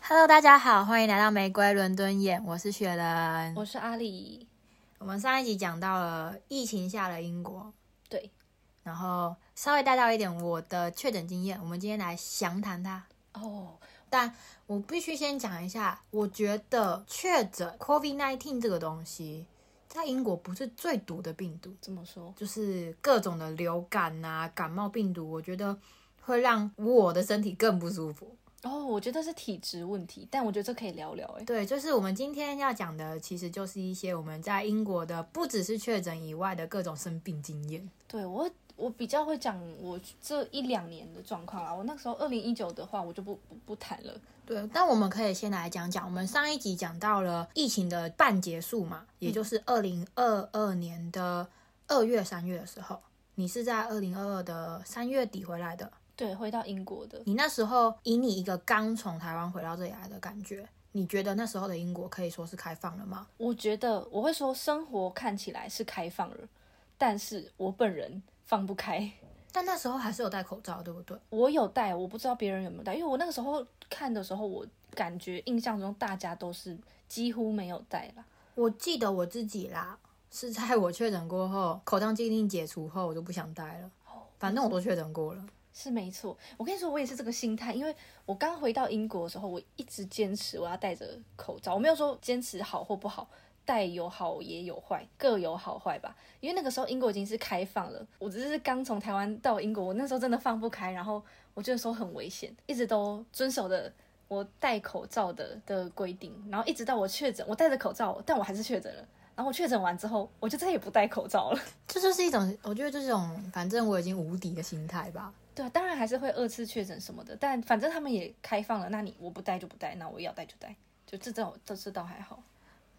Hello，大家好，欢迎来到玫瑰伦敦眼，我是雪人。我是阿里，我们上一集讲到了疫情下的英国，对，然后稍微带到一点我的确诊经验，我们今天来详谈它。哦，但我必须先讲一下，我觉得确诊 COVID-19 这个东西，在英国不是最毒的病毒，怎么说？就是各种的流感啊、感冒病毒，我觉得会让我的身体更不舒服。哦，我觉得是体质问题，但我觉得这可以聊聊、欸。哎，对，就是我们今天要讲的，其实就是一些我们在英国的不只是确诊以外的各种生病经验。对我，我比较会讲我这一两年的状况啦。我那时候二零一九的话，我就不不不谈了。对，但我们可以先来讲讲，我们上一集讲到了疫情的半结束嘛，也就是二零二二年的二月、三月的时候，你是在二零二二的三月底回来的。对，回到英国的，你那时候以你一个刚从台湾回到这里来的感觉，你觉得那时候的英国可以说是开放了吗？我觉得我会说生活看起来是开放了，但是我本人放不开。但那时候还是有戴口罩，对不对？我有带，我不知道别人有没有带，因为我那个时候看的时候，我感觉印象中大家都是几乎没有带啦。我记得我自己啦，是在我确诊过后，口罩禁令解除后，我就不想戴了。反正我都确诊过了。是没错，我跟你说，我也是这个心态，因为我刚回到英国的时候，我一直坚持我要戴着口罩，我没有说坚持好或不好，戴有好也有坏，各有好坏吧。因为那个时候英国已经是开放了，我只是刚从台湾到英国，我那时候真的放不开，然后我觉得说很危险，一直都遵守的我戴口罩的的规定，然后一直到我确诊，我戴着口罩，但我还是确诊了。然后我确诊完之后，我就再也不戴口罩了。这就是一种，我觉得这种反正我已经无敌的心态吧。对啊，当然还是会二次确诊什么的，但反正他们也开放了，那你我不戴就不戴，那我要戴就戴，就这倒这这倒还好。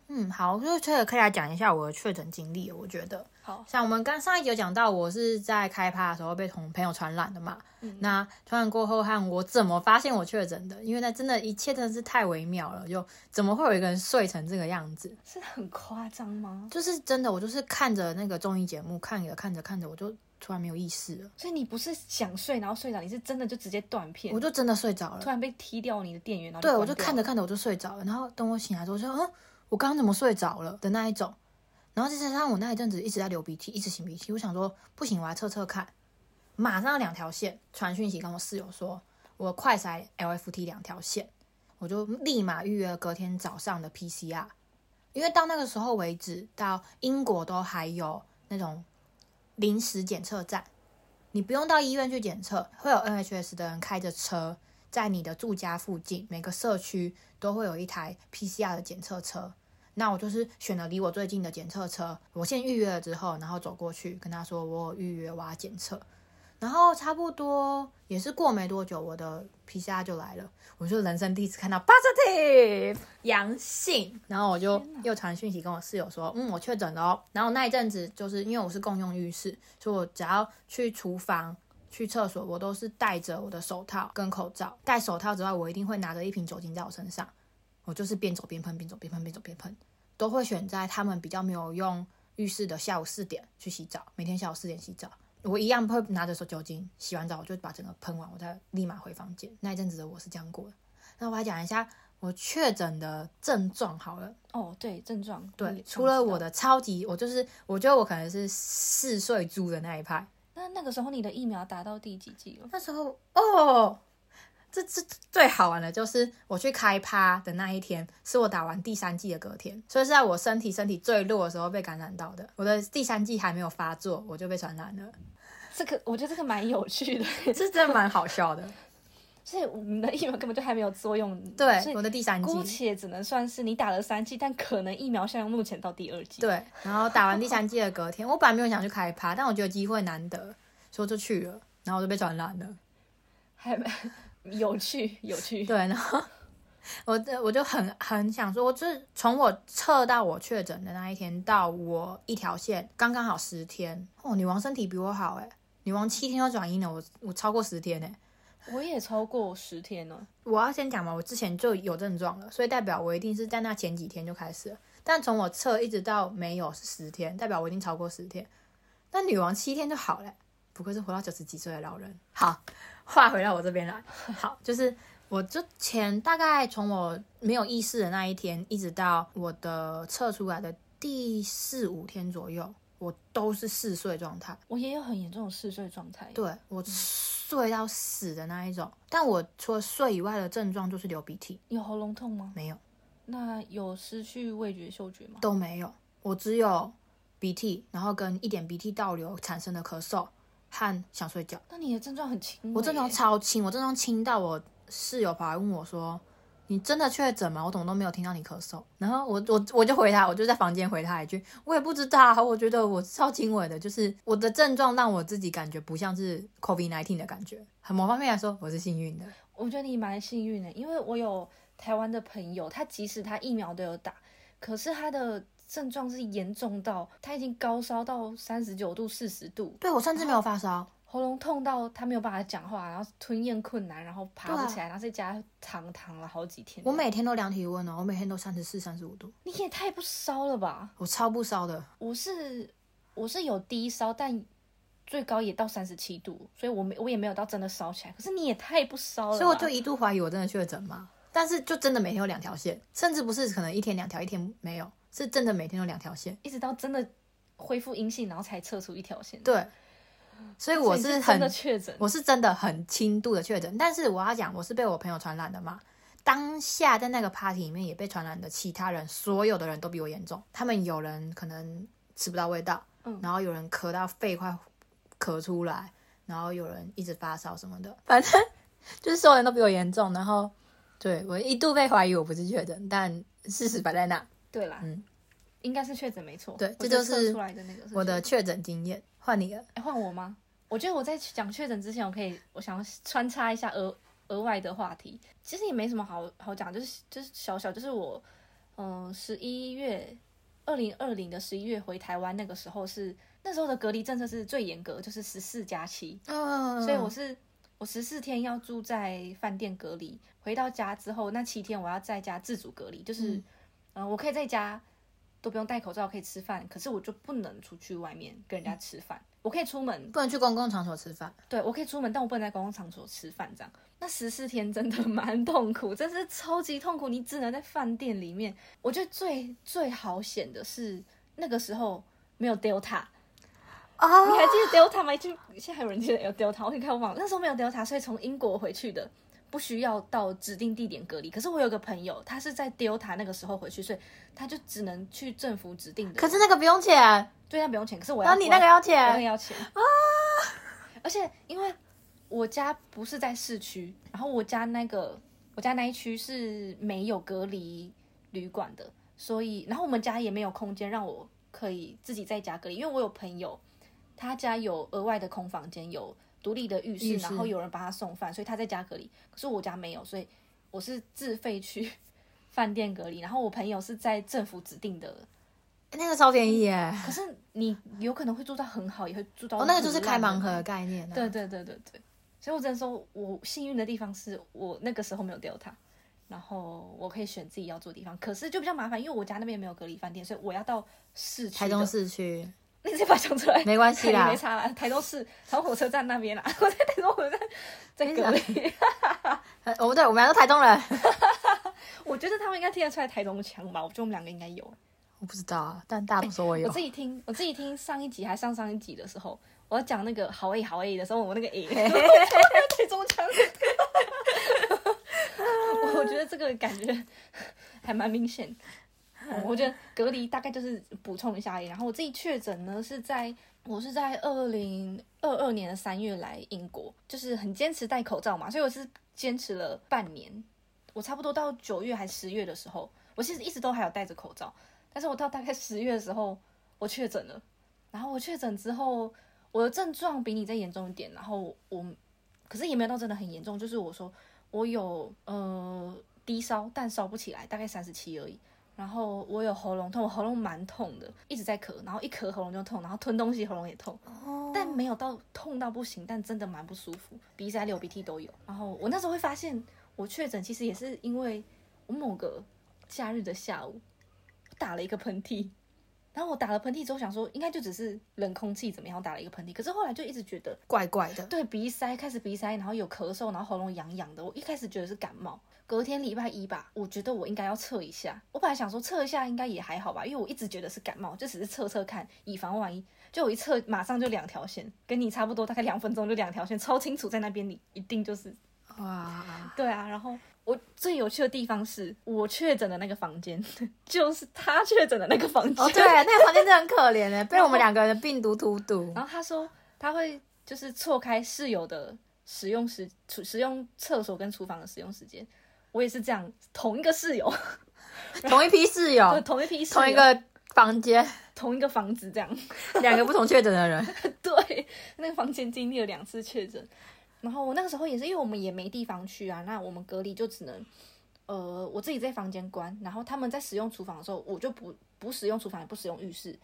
嗯，好，就是这个可以来讲一下我的确诊经历。我觉得，好，像我们刚上一集有讲到，我是在开趴的时候被同朋友传染的嘛。那传染过后，和我怎么发现我确诊的？因为那真的，一切真的是太微妙了，就怎么会有一个人睡成这个样子？是很夸张吗？就是真的，我就是看着那个综艺节目，看着看着看着，我就突然没有意识了，所以你不是想睡然后睡着，你是真的就直接断片我，就真的睡着了突。然被踢掉你的电源，然后对，我关就掉看着看着我就睡着了，然后等我醒来之后就，嗯，我刚刚怎么睡着了的那一种。然后再加上我那一阵子一直在流鼻涕，一直擤鼻涕，我想说不行，我来测测看。马上两条线传讯息跟我室友说，我快筛 LFT 两条线，我就立马预约隔天早上的 PCR，因为到那个时候为止，到英国都还有那种临时检测站，你不用到医院去检测，会有 NHS 的人开着车在你的住家附近每个社区都会有一台 PCR 的检测车。那我就是选了离我最近的检测车，我先预约了之后，然后走过去跟他说我有预约，我要检测。然后差不多也是过没多久，我的 PCR 就来了，我就人生第一次看到 positive 阳性，然后我就又传讯息跟我室友说，嗯，我确诊了哦。然后那一阵子就是因为我是共用浴室，所以我只要去厨房。去厕所，我都是戴着我的手套跟口罩。戴手套之外，我一定会拿着一瓶酒精在我身上，我就是边走边喷，边走边喷，边走边喷，都会选在他们比较没有用浴室的下午四点去洗澡，每天下午四点洗澡。我一样会拿着手酒精，洗完澡我就把整个喷完，我再立马回房间。那一阵子的我是这样过的。那我来讲一下我确诊的症状好了。哦，对，症状对，你除了我的的超级，我就是我觉得我可能是嗜睡猪的那一派。那那个时候你的疫苗打到第几剂了？那时候哦，这这最好玩的就是我去开趴的那一天，是我打完第三季的隔天，所以是在我身体身体最弱的时候被感染到的。我的第三季还没有发作，我就被传染了，这个我觉得这个蛮有趣的， 这真的蛮好笑的。所以你的疫苗根本就还没有作用。所对，以我的第三姑季。且只能算是你打了三剂，但可能疫苗效用目前到第二剂。对，然后打完第三季的隔天，我本来没有想去开趴，但我觉得机会难得，所以我就去了，然后我就被传染了。还蛮 有趣，有趣。对，然后我这我就很很想说，我就是从我测到我确诊的那一天到我一条线，刚刚好十天。哦，女王身体比我好哎，女王七天就转阴了，我我超过十天哎。我也超过十天了，我要先讲嘛，我之前就有症状了，所以代表我一定是在那前几天就开始了。但从我测一直到没有是十天，代表我已经超过十天。那女王七天就好了，不愧是活到九十几岁的老人。好，话回到我这边来，好，就是我之前大概从我没有意识的那一天，一直到我的测出来的第四五天左右，我都是嗜睡状态。我也有很严重的嗜睡状态。对我睡到死的那一种。但我除了睡以外的症状就是流鼻涕，你有喉咙痛吗？没有，那有失去味觉、嗅觉吗？都没有，我只有鼻涕，然后跟一点鼻涕倒流产生的咳嗽和想睡觉。那你的症状很轻微耶。我症状超轻，我症状轻到我室友跑来问我说：“你真的确诊吗？我怎么都没有听到你咳嗽。”然后我我我就回他，我就在房间回他一句：“我也不知道啊，我觉得我超轻微的，就是我的症状让我自己感觉不像是 COVID nineteen 的感觉。很某方面来说，我是幸运的。我觉得你蛮幸运的，因为我有台湾的朋友，他即使他疫苗都有打，可是他的症状是严重到他已经高烧到三十九度、四十度，对我甚至没有发烧，喉咙痛到他没有办法讲话，然后吞咽困难，然后爬对啊不起来，然后在家躺躺了好几天。我每天都量体温哦，我每天都三十四、三十五度，你也太不烧了吧！我超不烧的。我是我是有低烧，但最高也到三十七度，所以我没我也没有到真的烧起来。可是你也太不烧了吧，所以我就一度怀疑我真的确诊嘛，但是就真的每天有两条线，甚至不是可能一天两条，一天没有，是真的每天有两条线。一直到真的恢复阴性，然后才测出一条线。对，所以所我以你是真的很，确诊，我是真的很轻度的确诊，但是我要讲，我是被我朋友传染的嘛。当下在那个 party 里面也被传染的其他人，所有的人都比我严重。他们有人可能吃不到味道，嗯然后有人咳到肺快咳出来，然后有人一直发烧什么的，反正就是所有人都比我严重。然后对我一度被怀疑我不是确诊，但事实摆在那，对啦，嗯应该是确诊没错。对这我就测是出来的那个是 我的确诊。确诊经验。换你了，哎，换我吗？我觉得我在讲确诊之前，我可以，我想要穿插一下额额外的话题。其实也没什么好好讲，就是就是小小，就是我，嗯、十一月，二零二零的十一月回台湾那个时候是那时候的隔离政策是最严格，就是十四加七。嗯，所以我是我十四天要住在饭店隔离，回到家之后那七天我要在家自主隔离，就嗯是嗯、呃我可以在家都不用戴口罩，可以吃饭，可是我就不能出去外面跟嗯人家吃饭。我可以出门，不能去公共场所吃饭，对我可以出门，但我不能在公共场所吃饭。这样，那十四天真的 蛮痛苦，真是超级痛苦。你只能在饭店里面。我觉得最最好险的是那个时候没有 Delta，哦你还记得 Delta 吗？就现在还有人记得有 Delta，我可以看网，那时候没有 Delta，所以从英国回去的不需要到指定地点隔离。可是我有个朋友，他是在 Delta 那个时候回去，所以他就只能去政府指定的。可是那个不用钱，对他不用钱，可是我要然后你那个要我要我那个钱，要钱啊！而且因为我家不是在市区，然后我家那个我家那一区是没有隔离旅馆的，所以然后我们家也没有空间让我可以自己在家隔离，因为我有朋友，他家有额外的空房间，有独立的浴室，浴室然后有人帮他送饭，所以他在家隔离。可是我家没有，所以我是自费去 饭店隔离，然后我朋友是在政府指定的。那个超便宜耶。可是你有可能会住到很好，也会住到哦，那个就是很开烂的盲盒的概念、啊。对，对对对对，所以我只能说我幸运的地方是我那个时候没有 Delta，然后我可以选自己要住的地方，可是就比较麻烦，因为我家那边没有隔离饭店，所以我要到市区。台中，市区你直接把它讲出来，没关系也啦没，差啦。 台中市，台中火车站那边啦，我在台中火车站在隔离。呃哦，对，我们俩都台中人， 我觉得他们应该听得出来台中腔吧，我觉得我们两个应该有。我不知道啊，但大家都说我有。我自己听，我自己听上一集还上上一集的时候，我要讲那个好 A 好 A 的时候，我那个 A 最中枪。我我觉得这个感觉还蛮明显。我觉得隔离大概就是补充一下而已。然后我自己确诊呢是在我是在二零二二年的三月来英国，就是很坚持戴口罩嘛，所以我是坚持了半年。我差不多到九月还十月的时候，我其实一直都还有戴着口罩，但是我到大概十月的时候， 我确诊了。然后我确诊之后，我的症状比你再严重一点。然后我，可是也没有到真的很严重，就是我说我有呃低烧，但烧不起来，大概三十七而已。然后我有喉咙痛，我喉咙蛮痛的，一直在咳，然后一咳喉咙就痛，然后吞东西喉咙也痛，哦但没有到痛到不行，但真的蛮不舒服，鼻塞、流鼻涕都有。然后我那时候会发现，我确诊其实也是因为我某个假日的下午，我打了一个喷嚏，然后我打了喷嚏之后，想说应该就只是冷空气怎么样，我打了一个喷嚏。可是后来就一直觉得怪怪的。对鼻塞开始鼻塞，然后有咳嗽，然后喉咙痒痒的。我一开始觉得是感冒，隔天礼拜一吧，我觉得我应该要测一下。我本来想说测一下应该也还好吧，因为我一直觉得是感冒，就只是测测看，以防万一。就我一测，马上就两条线，跟你差不多，大概两分钟就两条线，超清楚在那边，你一定就是哇，对啊。然后我最有趣的地方是我确诊的那个房间， 就是他确诊的那个房间。哦，对，那个房间真的很可怜哎，被我们两个人的病毒荼 毒。然后他说他会就是错开室友的使用时厨使用厕所跟厨房的使用时间。我也是这样，同一个室友，同一批室对友， 同一批室友，同一个房间，同一个房子这样。两个不同确诊的人。 对，那个房间经历了两次确诊。然后我那个时候也是，因为我们也没地方去啊，那我们隔离就只能，呃，我自己在房间关，然后他们在使用厨房的时候，我就不不使用厨房，也不使用浴室，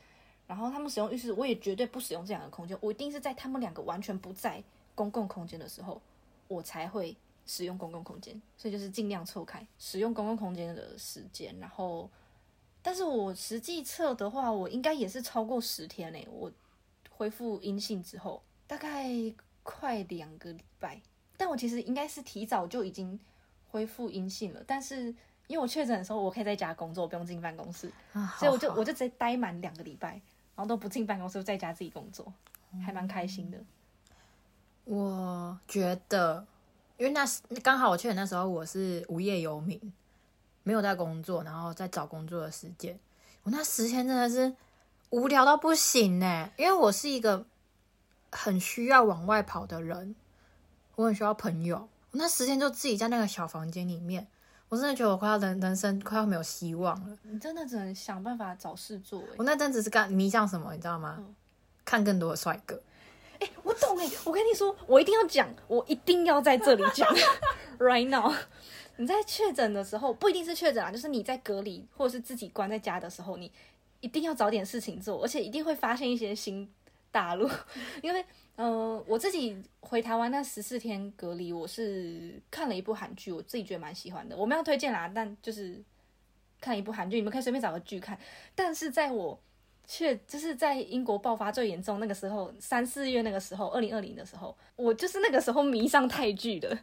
然后他们使用浴室，我也绝对不使用这两个空间，我一定是在他们两个完全不在公共空间的时候，我才会使用公共空间，所以就是尽量错开使用公共空间的时间，然后。但是我实际测的话，我应该也是超过十天嘞、我恢复阴性之后，大概快两个礼拜。但我其实应该是提早就已经恢复阴性了，但是因为我确诊的时候，我可以在家工作，不用进办公室，啊所以我就好好我就直接待满两个礼拜，然后都不进办公室，在家自己工作，还蛮开心的。嗯我觉得，因为那时刚好我确诊那时候我是无业游民，没有在工作，然后在找工作的时间，我那十天真的是无聊到不行呢、欸因为我是一个很需要往外跑的人，我很需要朋友。我那十天就自己在那个小房间里面，我真的觉得我快要人人生快要没有希望了。你真的只能想办法找事做、欸。我那阵子是干迷上什么，你知道吗？嗯看更多的帅哥。哎、我懂哎、我跟你说，我一定要讲，我一定要在这里讲 ，right now。你在确诊的时候，不一定是确诊啊，就是你在隔离或者是自己关在家的时候，你一定要找点事情做，而且一定会发现一些新大陆。 因为，呃，我自己回台湾那十四天隔离，我是看了一部韩剧，我自己觉得蛮喜欢的，我没有推荐啦，但就是看一部韩剧，你们可以随便找个剧看。但是在我确就是在英国爆发最严重那个时候，三四月那个时候，二零二零的时候，我就是那个时候迷上泰剧的。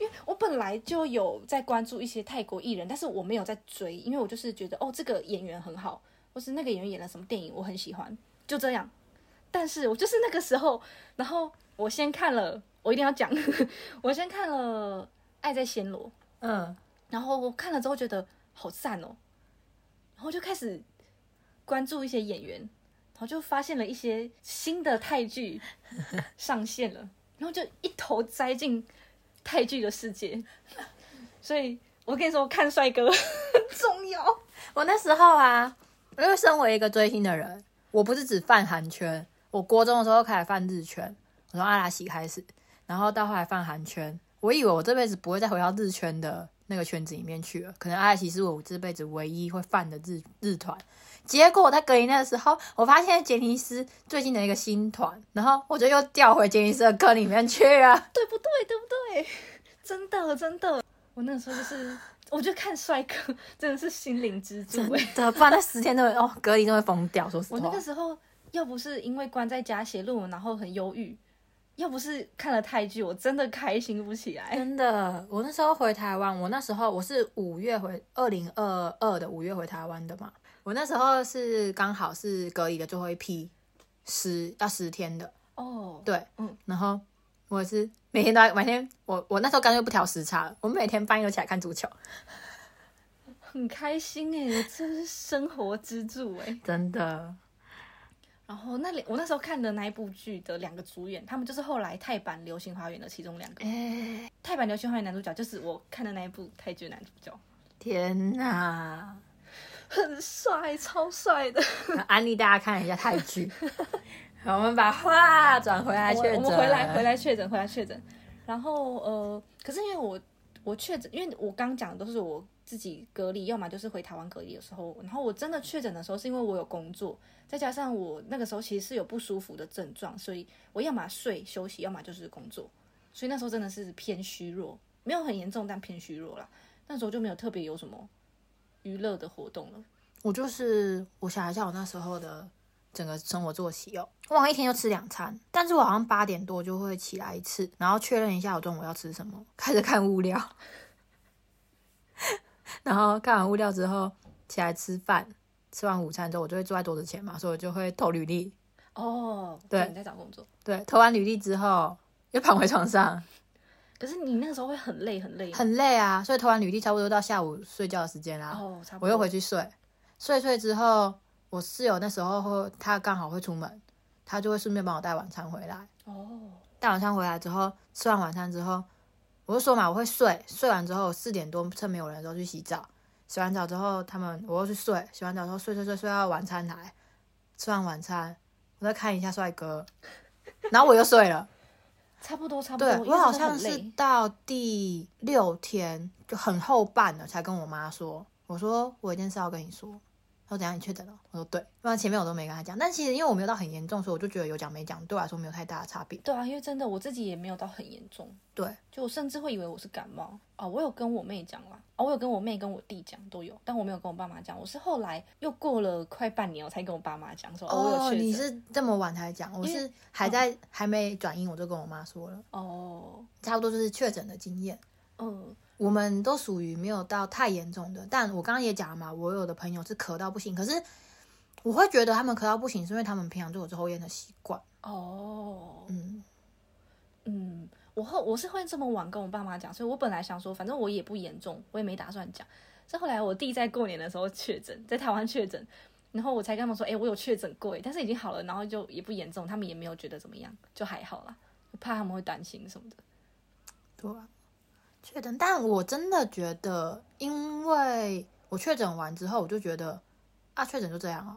因为我本来就有在关注一些泰国艺人，但是我没有在追，因为我就是觉得哦，这个演员很好，或是那个演员演了什么电影我很喜欢，就这样。但是我就是那个时候，然后我先看了，我一定要讲， 我先看了《爱在暹罗》，嗯，然后我看了之后觉得好赞哦，然后就开始关注一些演员，然后就发现了一些新的泰剧上线了，然后就一头栽进泰剧的世界。 所以我跟你说，看帅哥 很重要。我那时候啊，因为身为一个追星的人，我不是只泛韩圈，我国中的时候开始泛日圈，我从阿拉西开始，然后到后来泛韩圈，我以为我这辈子不会再回到日圈的那个圈子里面去了，可能阿拉西是我这辈子唯一会泛的日日团。结果我在隔离那个时候，我发现杰尼斯最近的一个新团，然后我就又掉回杰尼斯的坑里面去 了。对不对？对不对？真的，真的，我那个时候就是，我觉得看帅哥 真的是心灵支柱、欸。的，不然那十天都会哦，隔离都会疯掉。说实我话，那个时候要不是因为关在家写论文，然后很忧郁，要不是看了泰剧，我真的开心不起来。真的，我那时候回台湾，我那时候我是五月回二零二二的五月回台湾的嘛，我那时候是刚好是隔离的最后一批，十要十天的，哦，对，嗯，然后我是每天都在每天我我那时候干脆不调时差了，我每天半夜都起来看足球，很开心哎，我真是生活支柱哎。真的，然后那里我那时候看的那一部剧的两个主演，他们就是后来泰版《流星花园》的其中两个。哎、泰版《流星花园》男主角就是我看的那一部泰剧男主角， 天哪！很帅，超帅的。安利大家看一下泰剧。 好，我们把话转回来我确们诊，我们回来回来确诊，回来确诊。然后呃，可是因为我我确诊，因为我刚讲的都是我自己隔离，要么就是回台湾隔离的时候。然后我真的确诊的时候，是因为我有工作，再加上我那个时候其实是有不舒服的症状，所以我要么睡休息，要么就是工作。所以那时候真的是偏虚弱，没有很严重，但偏虚弱啦。那时候就没有特别有什么娱乐的活动了。我就是我想一下我那时候的整个生活作息哦，我好像一天就吃两餐，但是我好像八点多就会起来一次，然后确认一下我中午要吃什么，开始看物料， 然后看完物料之后起来吃饭，吃完午餐之后我就会坐在桌子前嘛，所以我就会投履历，哦，对你在找工作，对，投完履历之后又躺回床上，可是你那个时候会很累很累，很累啊，所以投完履历差不多到下午睡觉的时间啊啦、哦，差不我多。又回去睡，睡睡之后，我室友那时候会，他刚好会出门，他就会顺便帮我带晚餐回来。哦，带晚餐回来之后，吃完晚餐之后，我就说嘛，我会睡，睡完之后四点多趁没有人的时候去洗澡，洗完澡之后他们我又去睡，洗完澡之后睡睡睡睡到晚餐来，吃完晚餐我再看一下帅哥，然后我又睡了。差不多差不多。对因我为好真的像很是累到第六天就很后半了，才跟我妈说，我说我有一件事要跟你说。她说：“等一下你确诊了？”我说：“对。”不然前面我都没跟她讲。但其实因为我没有到很严重，所以我就觉得有讲没讲对我来说没有太大的差别。对啊，因为真的我自己也没有到很严重，对，就我甚至会以为我是感冒啊、我有跟我妹讲啦，啊、我有跟我妹跟我弟讲都有，但我没有跟我爸妈讲。我是后来又过了快半年，我才跟我爸妈讲说，我有哦，确你诊。是这么晚才讲，我因为嗯是还在、还没转阴，我就跟我妈说了，哦，差不多就是确诊的经验。嗯，我们都属于没有到太严重的，但我刚刚也讲了嘛，我有的朋友是咳到不行，可是我会觉得他们咳到不行，是因为他们平常就有抽烟的习惯。哦，嗯，嗯，我后我是会这么晚跟我爸妈讲，所以我本来想说，反正我也不严重，我也没打算讲。是后来我弟在过年的时候确诊，在台湾确诊，然后我才跟他们说，哎、我有确诊过，哎但是已经好了，然后就也不严重，他们也没有觉得怎么样，就还好啦。我怕他们会担心什么的。对啊，确诊，但我真的觉得，因为我确诊完之后，我就觉得啊，确诊就这样啊，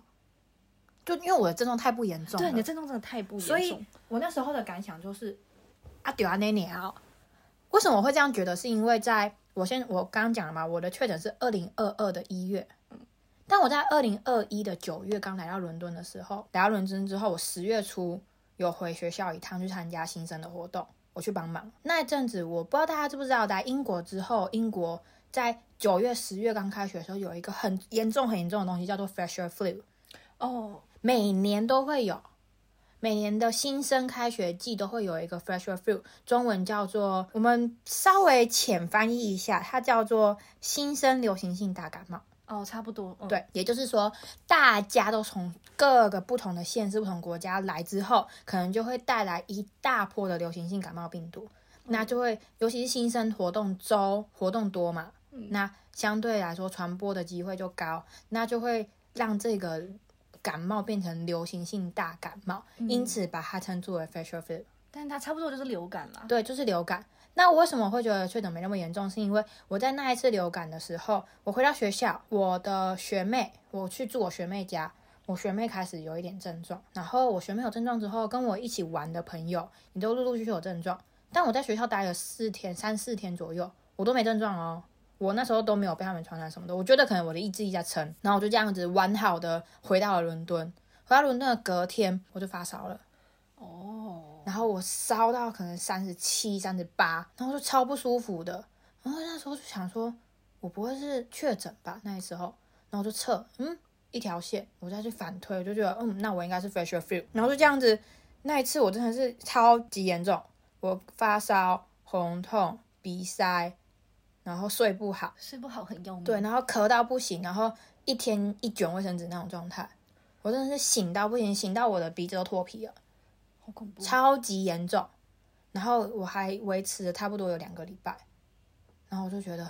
就因为我的症状太不严重对，了，你的症状真的太不严重。所以我那时候的感想就是啊，丢啊那年啊，为什么我会这样觉得？是因为在我先我刚刚讲了嘛，我的确诊是二零二二的一月，但我在二零二一的九月刚来到伦敦的时候，来到伦敦之后，我十月初有回学校一趟去参加新生的活动，我去帮忙。那一阵子我不知道大家知不知道，来英国之后，英国在九月、十月刚开学的时候，有一个很严重、很严重的东西叫做 fresher flu，哦，每年都会有，每年的新生开学季都会有一个 fresher flu，中文叫做我们稍微浅翻译一下，它叫做新生流行性大感冒。哦，差不多。嗯、，对，也就是说，大家都从各个不同的县市、不同国家来之后，可能就会带来一大波的流行性感冒病毒，那就会，尤其是新生活动周活动多嘛，那相对来说传播的机会就高，那就会让这个感冒变成流行性大感冒，因此把它称作为 facial flu。但是它差不多就是流感啦。对，就是流感。那我为什么会觉得确诊没那么严重？是因为我在那一次流感的时候，我回到学校，我的学妹，我去住我学妹家，我学妹开始有一点症状，然后我学妹有症状之后，跟我一起玩的朋友，你都陆陆续续有症状。但我在学校待了四天，三四天左右，我都没症状哦。我那时候都没有被他们传染什么的，我觉得可能我的意志力在撑，然后我就这样子完好的回到了伦敦。回到伦敦的隔天，我就发烧了。哦，然后我烧到可能三十七、三十八，然后就超不舒服的。然后那时候就想说，我不会是确诊吧？那时候，然后我就测，嗯，一条线，我再去反推，我就觉得，嗯，那我应该是 fresh flu。然后就这样子，那一次我真的是超级严重，我发烧、红痛、鼻塞，然后睡不好，睡不好很要命。对，，然后咳到不行，然后一天一卷卫生纸那种状态，我真的是醒到不行，醒到我的鼻子都脱皮了。好恐怖。超级严重，然后我还维持了差不多有两个礼拜，然后我就觉得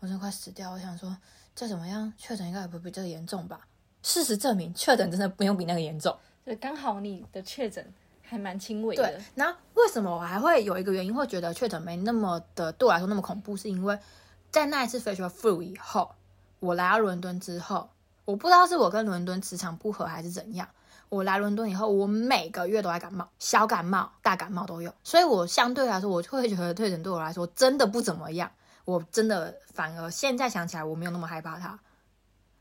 我真的快死掉，我想说再怎么样确诊应该也不会比这个严重吧。事实证明，确诊真的没有比那个严重。对，刚好你的确诊还蛮轻微对的。，然后为什么我还会有一个原因会觉得确诊没那么的对我来说那么恐怖，是因为在那一次 facial flu 以后，我来到伦敦之后，我不知道是我跟伦敦磁场不合还是怎样。我来伦敦以后，我每个月都在感冒，小感冒、大感冒都有，所以我相对来说，我就会觉得确诊对我来说真的不怎么样。我真的反而现在想起来，我没有那么害怕它。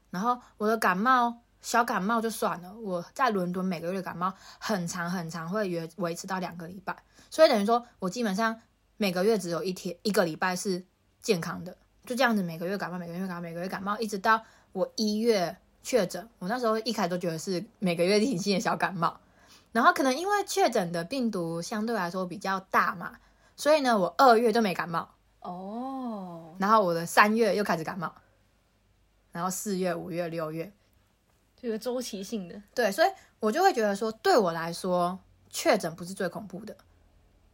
然后我的感冒小感冒就算了，我在伦敦每个月的感冒很长很长，会维维持到两个礼拜，所以等于说我基本上每个月只有一天一个礼拜是健康的，就这样子每个月感冒，每个月感冒，每个月感冒，一直到我一月确诊，我那时候一开始都觉得是每个月例行性的小感冒，然后可能因为确诊的病毒相对来说比较大嘛，所以呢，我二月就没感冒，哦，然后我的三月又开始感冒，然后四月、五月、六月，就有个周期性的，对，所以我就会觉得说，对我来说，确诊不是最恐怖的。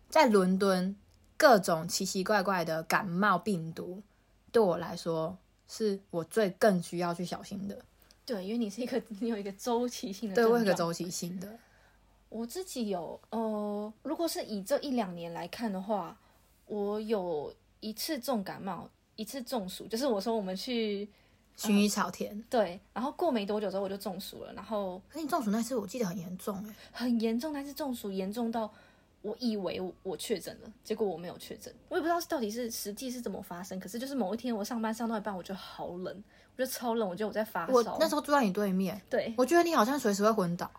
在伦敦，各种奇奇怪怪的感冒病毒，对我来说是我最更需要去小心的。对，因为你是一个 你有一个周期性的，对我有个，周期性的，我自己有，呃，如果是以这一两年来看的话，我有一次重感冒，一次中暑，就是我说我们去薰衣草田。对，然后过没多久之后我就中暑了，然后可你中暑那次，我记得很严重哎、很严重，但是中暑严重到我以为我我确诊了，结果我没有确诊，我也不知道是到底是实际是怎么发生。可是就是某一天我上班上到一半，我觉得好冷，我觉得超冷，我觉得我在发我烧那。时候坐在你对面，对我觉得你好像随时会昏倒。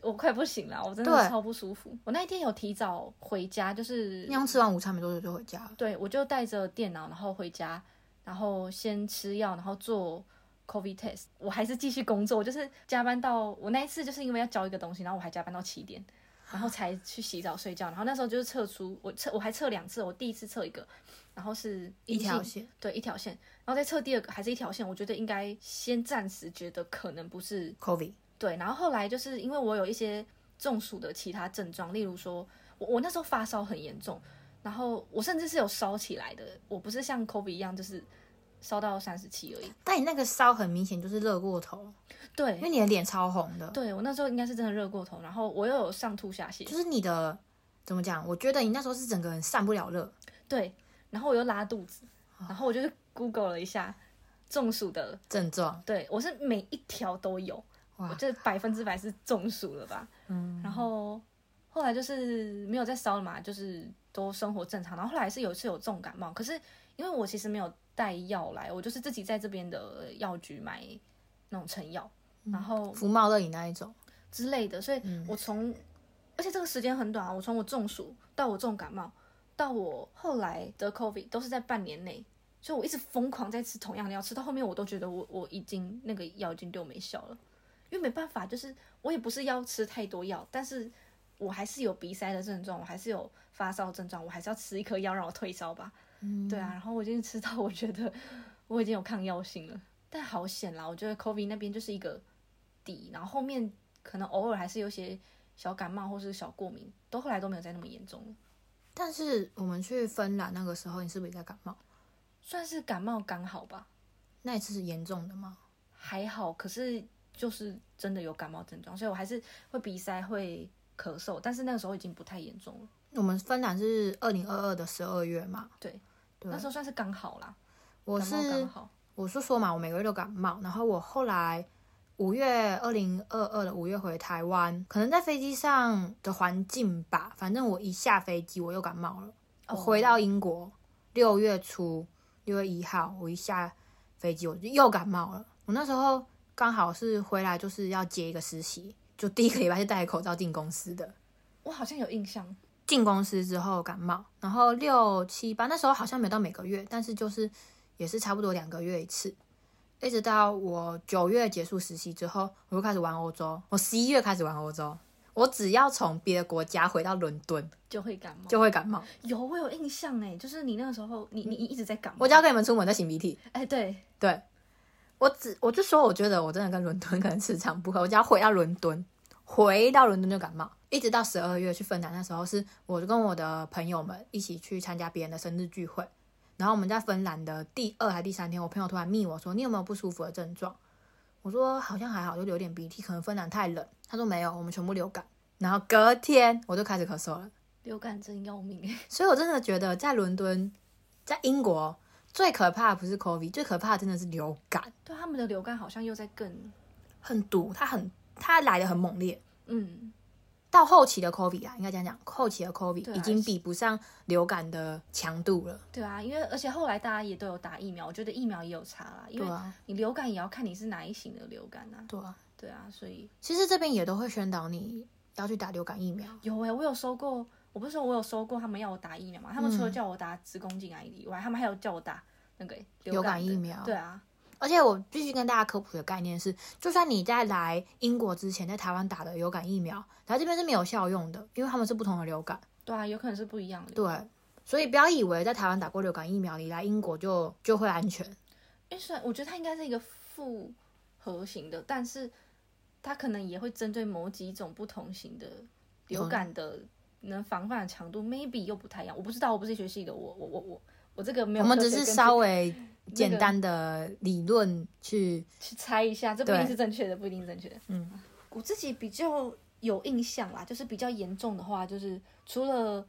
我快不行了，我真的对超不舒服。我那一天有提早回家，就是你刚吃完午餐没多久就回家了，对我就带着电脑，然后回家，然后先吃药，然后做 COVID test。我还是继续工作，我就是加班到我那一次就是因为要交一个东西，然后我还加班到七点，然后才去洗澡睡觉。然后那时候就是测出我测我还测两次，我第一次测一个，然后是一条线。线。对，一条线，然后再测第二个，还是一条线。我觉得应该先暂时觉得可能不是 COVID，对，然后后来就是因为我有一些中暑的其他症状，例如说我我那时候发烧很严重，然后我甚至是有烧起来的，我不是像 Kobe 一样就是烧到三十七而已。但你那个烧很明显就是热过头，因对，为你的脸超红的。对我那时候应该是真的热过头，然后我又有上吐下泻，就是你的怎么讲？我觉得你那时候是整个人散不了热，对，然后我又拉肚子，然后我就是 Google 了一下中暑的，症状对我是每一条都有，我哇，这百分之百是中暑了吧？嗯，然后后来就是没有再烧了嘛，就是都生活正常。然后后来是有一次有重感冒，可是因为我其实没有带药来，我就是自己在这边的药局买那种成药，然后福茂乐饮那一种，之类的，所以我从、而且这个时间很短啊，我从我中暑到我重感冒，到我后来得 COVID 都是在半年内。所以我一直疯狂在吃同样的药，吃到后面我都觉得我我已经那个药已经对我没效了，因为没办法，就是我也不是要吃太多药，但是我还是有鼻塞的症状，我还是有发烧症状，我还是要吃一颗药让我退烧吧。嗯， 对啊，然后我就是吃到我觉得我已经有抗药性了，但好险啦！我觉得 COVID 那边就是一个底，然后后面可能偶尔还是有些小感冒或是小过敏，都后来都没有再那么严重了，但是我们去芬兰那个时候，你是不是也在感冒？算是感冒刚好吧，那一次是严重的吗？还好。可是就是真的有感冒症状，所以我还是会鼻塞、会咳嗽，但是那个时候已经不太严重了，我们芬兰是二零二二的十二月嘛，对那时候算是刚好啦，我感冒刚是好。我是说嘛，我每个月都感冒，然后我后来五月二零二二的五月回台湾，可能在飞机上的环境吧，反正我一下飞机我又感冒了。我回到英国六月初，六月一号，我一下飞机我就又感冒了。我那时候刚好是回来就是要接一个实习，就第一个礼拜是戴口罩进公司的。我好像有印象，进公司之后感冒，然后六七八那时候好像没有到每个月，但是就是也是差不多两个月一次。一直到我九月结束实习之后，我就开始玩欧洲。我十一月开始玩欧洲，我只要从别的国家回到伦敦就会感冒，就会感冒。有我有印象哎，就是你那个时候，你你你一直在感冒，我只要跟你们出门在擤鼻涕，哎对，对我只我就说，我觉得我真的跟伦敦 可能磁场不合，我只要回到伦敦，回到伦敦就感冒，一直到十二月去芬兰那时候，是我跟我的朋友们一起去参加别人的生日聚会，然后我们在芬兰的第二还第三天，我朋友突然密我说你有没有不舒服的症状？我说好像还好，就流点鼻涕，可能芬兰太冷。他说没有，我们全部流感。然后隔天我就开始咳嗽了。流感真要命哎！所以我真的觉得在伦敦，在英国最可怕的不是 COVID，最可怕的真的是流感，对，他们的流感好像又在更，很毒，它很它来的很猛烈。嗯，到后期的 COVID 啊，应该这样讲，后期的 COVID 对啊已经比不上流感的强度了。对啊，因为而且后来大家也都有打疫苗，我觉得疫苗也有差啦，因对为啊，你流感也要看你是哪一型的流感啊。对啊。对啊，所以其实这边也都会宣导你要去打流感疫苗。有哎、我有收过，我不是说我有收过他们要我打疫苗嗯嘛？他们除了叫我打子宫颈癌以外，他们还有叫我打那个、欸、流感的疫苗对啊，而且我必须跟大家科普的概念是，就算你在来英国之前在台湾打的流感疫苗，来这边是没有效用的，因为他们是不同的流感。对啊，有可能是不一样的。对，所以不要以为在台湾打过流感疫苗，你来英国就就会安全。因为虽然我觉得它应该是一个复合型的，但是它可能也会针对某几种不同型的流感的能防范的强度，maybe 又不太一样。我不知道，我不是医学系的，我我我我我这个没有我科学们根只据。是稍微简单的理论去，去猜一下，这不一定对是正确的，不一定是正确的。嗯，我自己比较有印象啦，就是比较严重的话，就是除了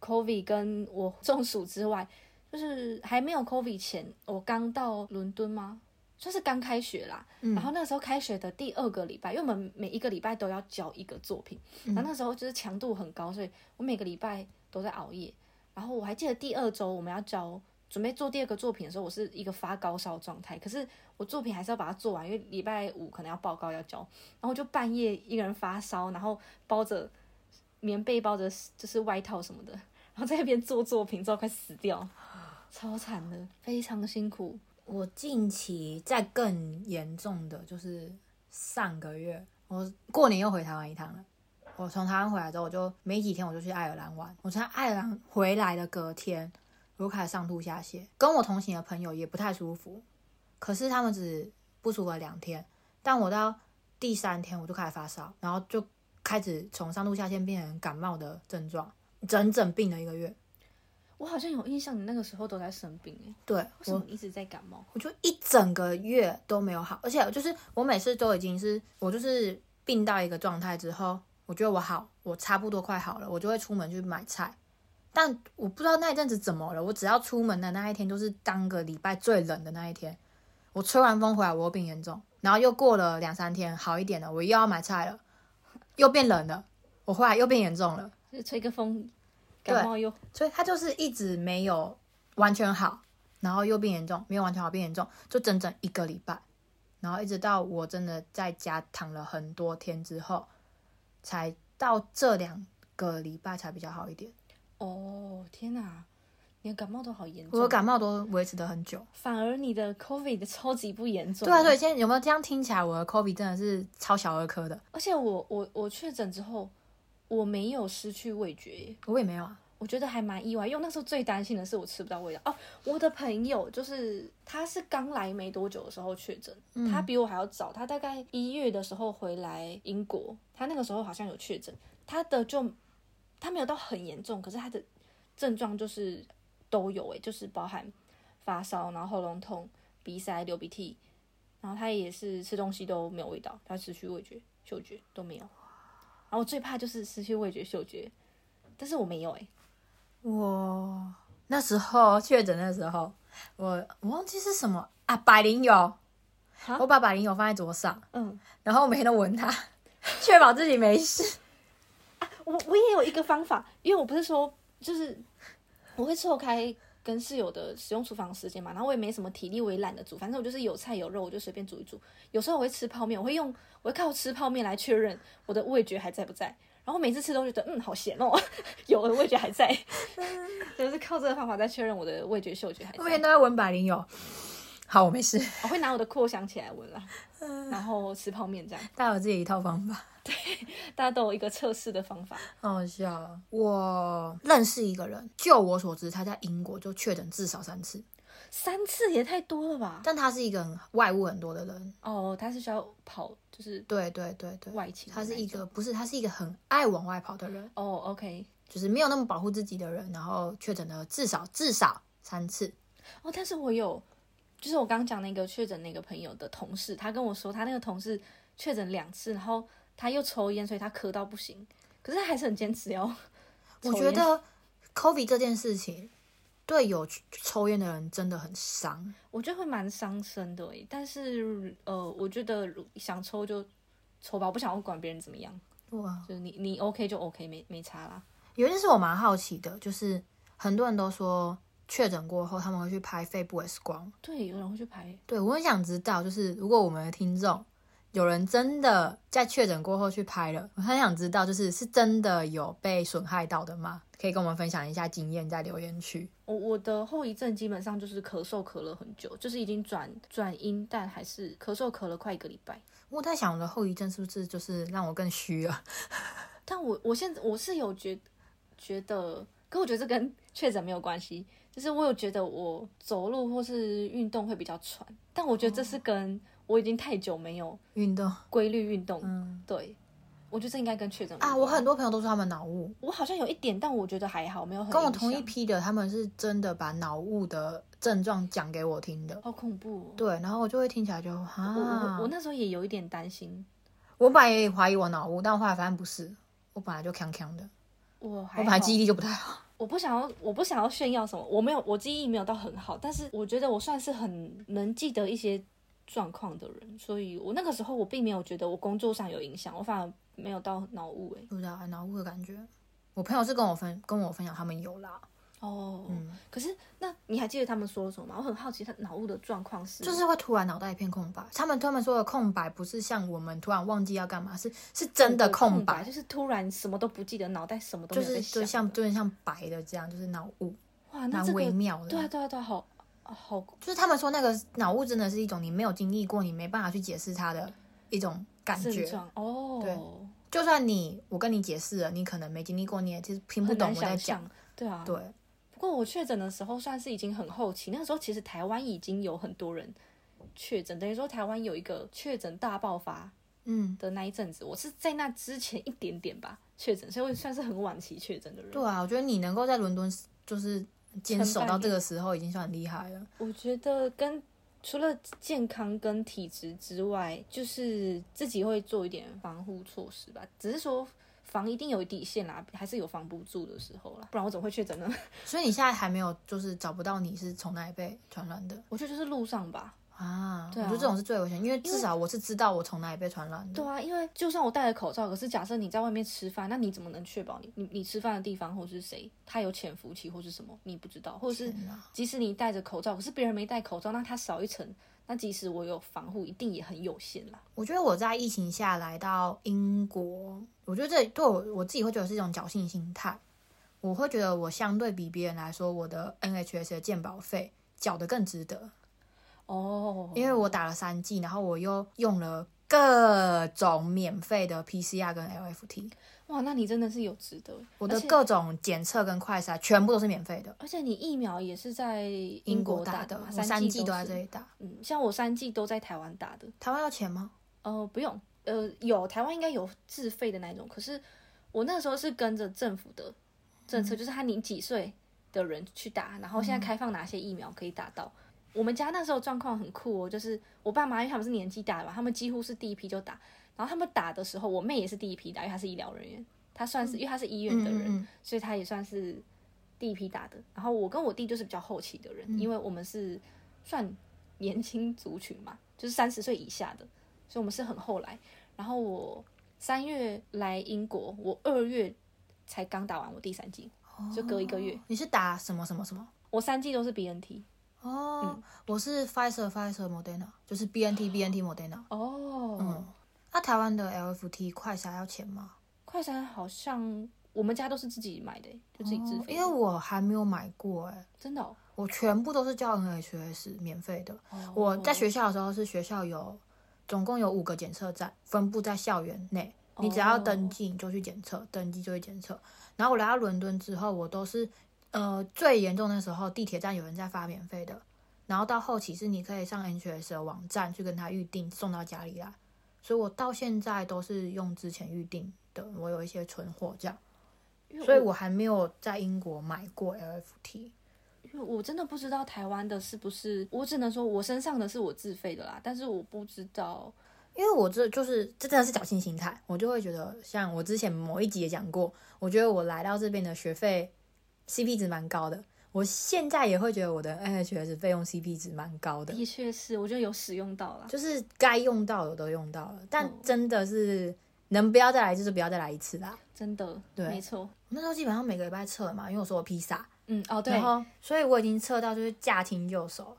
COVID 跟我中暑之外，就是还没有 COVID 前，我刚到伦敦吗？就是刚开学啦，嗯然后那个时候开学的第二个礼拜，因为我们每一个礼拜都要交一个作品，嗯然后那时候就是强度很高，所以我每个礼拜都在熬夜。然后我还记得第二周我们要交准备做第二个作品的时候，我是一个发高烧状态，可是我作品还是要把它做完，因为礼拜五可能要报告要交，然后我就半夜一个人发烧，然后包着棉被，包着就是外套什么的，然后在那边做作品，之后快死掉，超惨的，非常辛苦。我近期在更严重的就是上个月，我过年又回台湾一趟了。我从台湾回来之后，我就没几天我就去爱尔兰玩。我从爱尔兰回来的隔天，我就开始上吐下泻，跟我同行的朋友也不太舒服，可是他们只不舒服了两天，但我到第三天我就开始发烧，然后就开始从上吐下泻变成感冒的症状，整整病了一个月。我好像有印象，你那个时候都在生病哎、对为什我么一直在感冒？我就一整个月都没有好，而且就是我每次都已经是我就是病到一个状态之后，我觉得我好，我差不多快好了，我就会出门去买菜。但我不知道那一阵子怎么了，我只要出门的那一天就是当个礼拜最冷的那一天，我吹完风回来我又病严重，然后又过了两三天好一点了，我又要买菜了，又变冷了，我后来又变严重了。就是吹个风，感冒又所以他就是一直没有完全好，然后又变严重，没有完全好变严重，就整整一个礼拜，然后一直到我真的在家躺了很多天之后，才到这两个礼拜才比较好一点。哦天哪，你的感冒都好严重，我的感冒都维持的很久。反而你的 COVID 超级不严重。对啊，所以现在有没有这样听起来，我的 COVID 真的是超小儿科的，而且我我我确诊之后，我没有失去味觉耶，我也没有啊。我觉得还蛮意外，因为我那时候最担心的是我吃不到味道。哦，我的朋友就是他是刚来没多久的时候确诊，他比我还要早，他大概一月的时候回来英国，他那个时候好像有确诊，他的就他没有到很严重，可是他的症状就是都有诶、就是包含发烧，然后喉咙痛、鼻塞、流鼻涕，然后他也是吃东西都没有味道，他失去味觉、嗅觉都没有。然后我最怕就是失去味觉、嗅觉，但是我没有诶、我那时候确诊的时候，我我忘记是什么啊，百灵油，我把百灵油放在桌上，嗯。然后我每天都闻 它，确保自己没事。我我也有一个方法，因为我不是说就是我会错开跟室友的使用厨房时间嘛，然后我也没什么体力，我也懒得煮，反正我就是有菜有肉，我就随便煮一煮。有时候我会吃泡面，我会用我会靠吃泡面来确认我的味觉还在不在。然后每次吃都觉得嗯好咸哦， 有我的味觉还 在，就是靠这个方法在确认我的味觉嗅觉还 我每天在。都在闻百灵油。好，我没事，我会拿我的扩香起来闻啦，然后吃泡面这样，大家有自己一套方法。大家都有一个测试的方法。好好笑哦。我认识一个人，就我所知，他在英国就确诊至少三次，三次也太多了吧？但他是一个很外务很多的人。哦，他是需要跑，就是对对对对，外勤的他是那一一个不是，他是一个很爱往外跑的人，哦，OK，就是没有那么保护自己的人，然后确诊了至少至少三次。哦，但是我有，就是我刚讲那个确诊那个朋友的同事，他跟我说，他那个同事确诊两次，然后他又抽烟，所以他咳到不行，可是他还是很坚持要 抽我觉烟。得 COVID 这件事情对有抽烟的人真的很伤。我觉得会蛮伤身的诶，但是呃，我觉得如想抽就抽吧，我不想要管别人怎么样，哇，就是你你 OK 就 OK，没没差啦。有一件事我蛮好奇的，就是很多人都说确诊过后他们会去拍肺部 X 光，对，有人会去排，对我很想知道，就是如果我们的听众有人真的在确诊过后去拍了，我很想知道，就是是真的有被损害到的吗？可以跟我们分享一下经验，在留言区。我我的后遗症基本上就是咳嗽咳了很久，就是已经转转阴，但还是咳嗽咳了快一个礼拜。我在想，我的后遗症是不是就是让我更虚了？ 但我我现在我是有觉觉得，可我觉得这跟 确诊没有关系，就是我有觉得我走路或是运动会比较喘，但我觉得这哦是跟我已经太久没有运动，规律运动，嗯对我觉得这应该跟确诊没啊，关我很多朋友都说他们脑雾，我好像有一点，但我觉得还好，没有很跟我影同一响批的，他们是真的把脑雾的症状讲给我听的。好恐怖、哦。对，然后我就会听起来就我我啊，我我那时候也有一点担心，本来也怀疑我脑雾，但我后来发现不是，我本来就强强的，我还我本来好记忆力就不太好。我不想要，我不想要炫耀什么，我没有，我记忆没有到很好，但是我觉得我算是很能记得一些状况的人，所以我那个时候我并没有觉得我工作上有影响，我反而没有到脑雾哎。不知道啊脑雾的感觉。我朋友是跟我分跟我分享他们有啦，哦，嗯可是那你还记得他们说了什么吗？我很好奇他脑雾的状况是，就是会突然脑袋一片空白。他们他们说的空白不是像我们突然忘记要干嘛，是是真的空空白，就是突然什么都不记得，脑袋什么都就没有在是想就的像就像白的这样，就是脑雾，哇，那蛮这微个妙的。对啊对啊对啊，好好就是他们说那个脑雾真的是一种你没有经历过，你没办法去解释它的一种感症觉。状哦，对就算你我跟你解释了，你可能没经历过，你也其实听不很懂难我在想讲。象，对啊，对，不过我确诊的时候算是已经很后期，那个时候其实台湾已经有很多人确诊，等于说台湾有一个确诊大爆发嗯，的那一阵子，我是在那之前一点点吧确诊，所以我算是很晚期确诊的人。对啊，我觉得你能够在伦敦就是坚守撑半到这个时候，已经算很厉害了。我觉得跟除了健康跟体质之外，就是自己会做一点防护措施吧，只是说。防一定有底线啦，还是有防不住的时候啦，不然我怎么会确诊呢？所以你现在还没有就是找不到你是从哪里被传染的我觉得就是路上吧，啊？对啊我觉得这种是最危险，因为至少我是知道我从哪里被传染的。对啊，因为就算我戴了口罩，可是假设你在外面吃饭，那你怎么能确保你你你吃饭的地方或是谁他有潜伏期或是什么你不知道，或者是天哪即使你戴着口罩，可是别人没戴口罩，那他少一层，那即使我有防护，一定也很有限啦。我觉得我在疫情下来到英国，我觉得这对我我自己会觉得是一种侥幸心态。我会觉得我相对比别人来说，我的 NHS 的健保费缴得更值得，哦，因为我打了三剂，然后我又用了各种免费的 PCR 跟 LFT，哇，那你真的是有值得。欸我的而且各种检测跟快筛全部都是免费的。而且你疫苗也是在英英国打打的，嘛我三剂剂都在是这里打。嗯，像我三剂都在台湾打的。台湾要钱吗？呃，不用，呃，有台湾应该有自费的那种，可是我那时候是跟着政府的政嗯策，就是他你几岁的人去打，然后现在开放哪些疫苗可以打到。我们家那时候状况很酷哦，就是我爸妈因为他们是年纪大的嘛，他们几乎是第一批就打，然后他们打的时候，我妹也是第一批打，因为她是医疗人员，她算是、因为她是医院的人，嗯嗯嗯所以她也算是第一批打的。然后我跟我弟就是比较后期的人，嗯因为我们是算年轻族群嘛，就是三十岁以下的，所以我们是很后来。然后我三月来英国，我二月才刚打完我第三剂，哦就隔一个月。你是打什么什么什么？我三剂都是 BNT。哦，我是 Pfizer Pfizer Moderna，就是 BNT BNT Moderna。哦，嗯那、台湾的 LFT 快筛要钱吗？快餐好像我们家都是自己买的，欸就自己自哦费因的，为我还没有买过哎、真的哦、我全部都是叫 NHS 免费的。哦我在学校的时候是学校有，总共有五个检测站，分布在校园内。你只哦要登记你就去检测，登记就去检测。然后我来到伦敦之后，我都是呃最严重的时候，地铁站有人在发免费的，然后到后期是你可以上 NHS 的网站去跟他预定送到家里来。所以我到现在都是用之前预定的，我有一些存货这样，因为所以我还没有在英国买过 LFT。因为我真的不知道台湾的是不是，我只能说我身上的是我自费的啦，但是我不知道因为我这就是这真的是侥幸心态，我就会觉得，像我之前某一集也讲过，我觉得我来到这边的学费 CP 值蛮高的，我现在也会觉得我的 NHS 费用 CP 值蛮高的，的确是，我觉得有使用到啦。就是该用到的都用到了，但真的是能不要再来就是不要再来一次啦。真的，对没错，我那时候基本上每个礼拜测嘛，因为我说我披萨，嗯，哦，对然，后所以我已经测到就是驾轻就熟，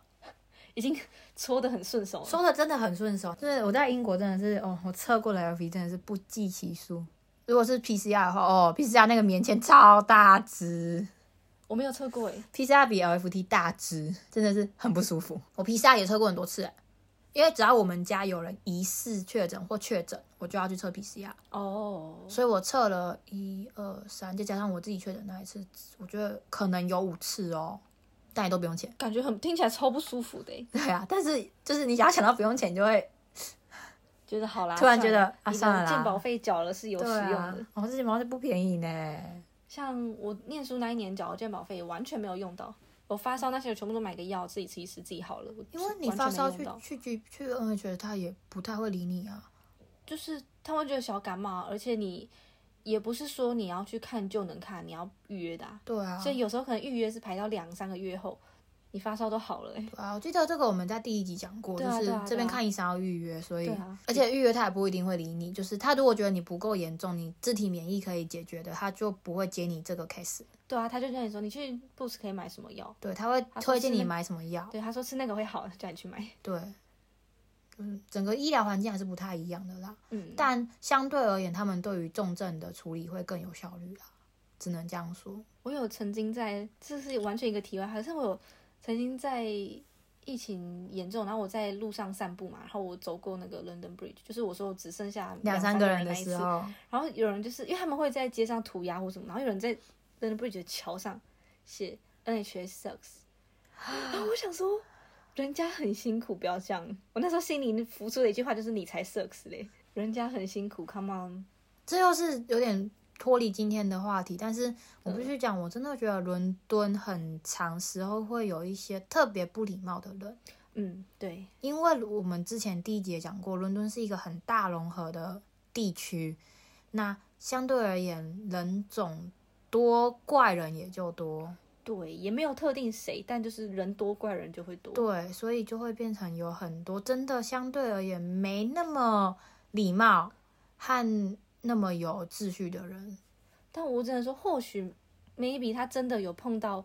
已经 搓的很顺手了。说的真的很顺手，就是我在英国真的是哦，我测过的 LV 真的是不计其数。如果是 PCR 的话，哦，PCR 那个棉签超大只我没有测过欸诶， ，PCR 比 LFT 大只，真的是很不舒服。我 PCR 也测过很多次、因为只要我们家有人疑似确诊或确诊，我就要去测 PCR。哦，所以我测了一二三，再加上我自己确诊那一次，我觉得可能有五次哦，但也都不用钱。 感觉很听起来超不舒服的诶，欸对啊，但是就是你只要想到不用钱，就会觉得好啦，突然觉得啊算算了了啦你的健保费缴了是有对使用啊的。，我自己毛是不便宜呢。像我念书那一年缴的健保费完全没有用到，我发烧那些我全部都买个药自己吃一吃自己好了。我因为你完全发没烧用去到去去去 NH，他也不太会理你啊。就是他们觉得小感冒，啊而且你也不是说你要去看就能看，你要预约的、啊，对啊，所以有时候可能预约是排到两三个月后，你发烧都好了、欸。 对啊，我记得这个我们在第一集讲过，对啊就对是啊这边对啊看医生要预约，所以、对啊而且预约他也不一定会理你，就是他如果觉得你不够严重，你自体免疫可以解决的，他就不会接你这个 case，对啊，他就跟你说你去 Boots 可以买什么药，对，他会他说推荐是你那买什么药，对，他说吃那个会好，叫你去买。 对，嗯，整个医疗环境还是不太一样的啦，嗯，但相对而言，他们对于重症的处理会更有效率啦，只能这样说。我有曾经在，这是完全一个题外话，好像我有曾经在疫情严重，然后我在路上散步嘛，然后我走过那个 London Bridge，就是我说我只剩下两三三个人人的那一时次，候，然后有人就是因为他们会在街上涂鸦或什么，然后有人在 London Bridge 的桥上写 NHS sucks，然后我想说。人家很辛苦，不要这样。我那时候心里浮出的一句话就是“你才 sucks 嘞”，人家很辛苦，come on。这又是有点脱离今天的话题，但是我必须讲，我真的觉得伦敦很长时候会有一些特别不礼貌的人，嗯，对，因为我们之前第一节讲过，伦敦是一个很大融合的地区，那相对而言，人种多，怪人也就多，对，也没有特定谁，但就是人多怪人就会多。对，所以就会变成有很多真的相对而言没那么礼貌和那么有秩序的人，但我只能说，或许 maybe 他真的有碰到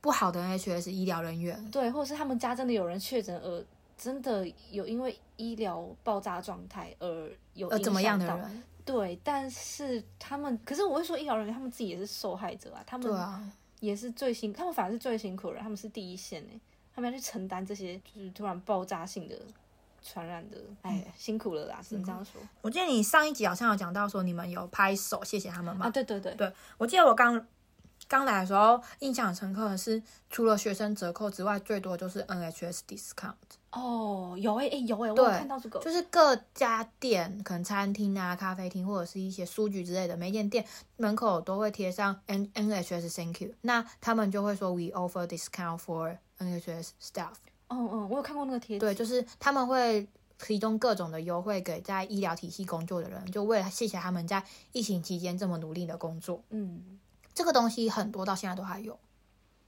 不好的 NHS 医疗人员。对，或者是他们家真的有人确诊，而真的有因为医疗爆炸状态而有呃，影怎么样响的到人？对，但是他们，可是我会说，医疗人员他们自己也是受害者啊，他对们啊，也是最辛，他们反而是最辛苦的人，他们是第一线呢、他们要去承担这些就是突然爆炸性的传染的，嗯哎，辛苦了啦，只能这样说我记得你上一集好像有讲到说你们有拍手谢谢他们嘛。啊，对对对，对我记得我刚刚来的时候，印象很深刻的是，除了学生折扣之外，最多就是 NHS discount，哦，有哎、哎、有哎、我有对看到这个，就是各家店，可能餐厅啊、咖啡厅或者是一些书局之类的，每间店门口都会贴上 N NHS thank you，那他们就会说 we offer discount for NHS staff。嗯嗯，我有看过那个贴纸，对，就是他们会提供各种的优惠给在医疗体系工作的人，就为了谢谢他们在疫情期间这么努力的工作。嗯，这个东西很多到现在都还有，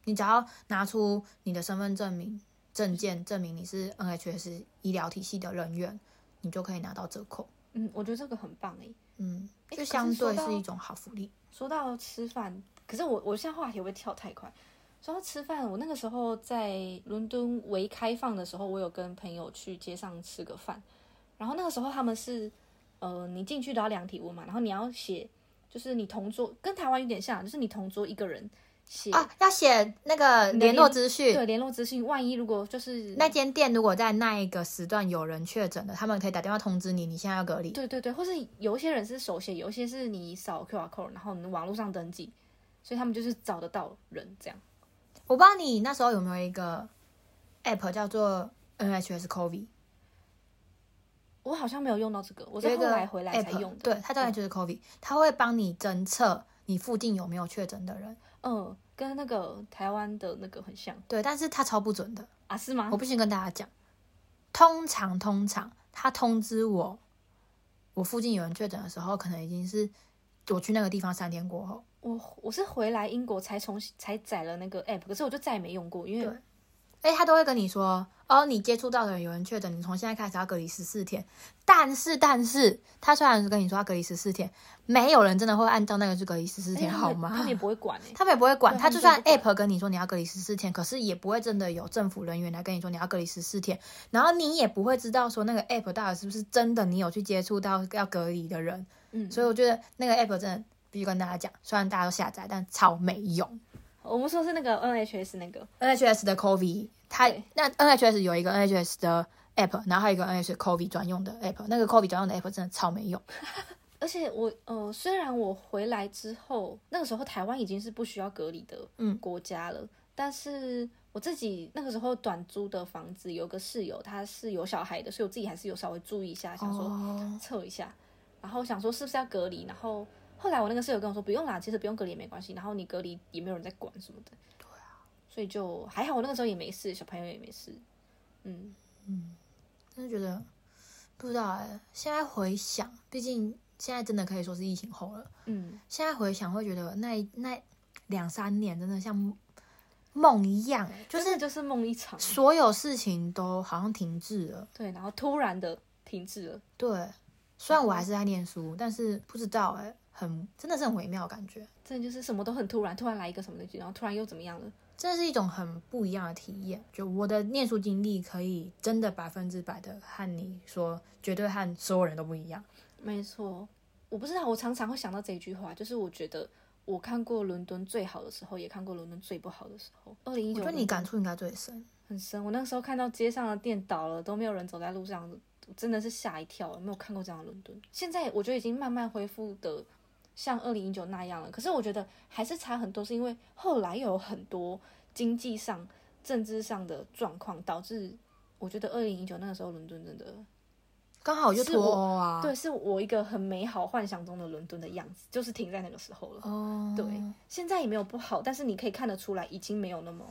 你只要拿出你的身份证明证件，证明你是 NHS 医疗体系的人员，你就可以拿到折扣。嗯，我觉得这个很棒哎。嗯，就诶可是相说对到是一种好福利。说到吃饭，可是我我现在话题会不会跳太快？说到吃饭，我那个时候在伦敦未开放的时候，我有跟朋友去街上吃个饭，然后那个时候他们是，呃，你进去都要量体温嘛，然后你要写，就是你同桌跟台湾有点像，就是你同桌一个人写、啊，要写那个你的联络联资讯。对联络资讯，万一如果就是那间店如果在那一个时段有人确诊的，他们可以打电话通知你，你现在要隔离。对对对，或是有一些人是手写，有一些是你扫 QR code，然后你网络上登记，所以他们就是找得到人这样。我不知道你那时候有没有一个 app 叫做 NHS COVID，我好像没有用到这个，我有是一后个来回来才 app，用的。嗯对，它叫 NHS COVID，它会帮你侦测你附近有没有确诊的人，嗯，跟那个台湾的那个很像对，但是它超不准的，啊？是吗我？必须跟大家讲，通常通常它通知我我附近有人确诊的时候，可能已经是我去那个地方三天过后，我我是回来英国才重新才载了那个 app，可是我就再也没用过，因为对哎，他都会跟你说，哦，你接触到的人有人确诊，你从现在开始要隔离十四天。但是，但是他虽然是跟你说要隔离十四天，没有人真的会按照那个去隔离十四而且天，哎他好们吗？他们也不会管 哎、他们也不会管，对他就他算们真的不 App 跟你说你要隔离十四天，可是也不会真的有政府人员来跟你说你要隔离十四天，然后你也不会知道说那个 App 到底是不是真的你有去接触到要隔离的人，嗯，所以我觉得那个 App 真的必须跟大家讲，虽然大家都下载，但超没用。我们说是那个 NHS 那个， NHS 的 COVID，它对那 NHS 有一个 NHS 的 App，然后还有一个 NHS COVID 专用的 App，那个 COVID 专用的 App 真的超没用。而且我呃，虽然我回来之后，那个时候台湾已经是不需要隔离的嗯国家了，但是我自己那个时候短租的房子，有个室友他是有小孩的，所以我自己还是有稍微注意一下，想说哦，测一下，然后想说是不是要隔离，然后后来我那个室友跟我说不用啦，其实不用隔离也没关系，然后你隔离也没有人在管什么的。对啊，所以就还好，我那个时候也没事，小朋友也没事。嗯，真的觉得不知道哎、现在回想，毕竟现在真的可以说是疫情后了。嗯，现在回想会觉得那一那两三年真的像梦一样，欸就真的是就是梦一场，所有事情都好像停滞了。对，然后突然的停滞了，对，虽然我还是在念书，但是不知道哎、很真的是很微妙的感觉，真的就是什么都很突然，突然来一个什么东西，然后突然又怎么样了？真的是一种很不一样的体验。就我的念书经历，可以真的百分之百的和你说，绝对和所有人都不一样。没错，我不知道，我常常会想到这一句话，就是我觉得我看过伦敦最好的时候，也看过伦敦最不好的时候。二零一我九，觉得你感触应该最深。很深。我那时候看到街上的店倒了，都没有人走在路上，我真的是吓一跳，没有看过这样的伦敦。现在我觉得已经慢慢恢复的像二零一九那样了，可是我觉得还是差很多，是因为后来有很多经济上、政治上的状况导致。我觉得二零一九那个时候，伦敦真的、刚好就是脱我欧啊，对，是我一个很美好幻想中的伦敦的样子，就是停在那个时候了。哦，对，现在也没有不好，但是你可以看得出来，已经没有那么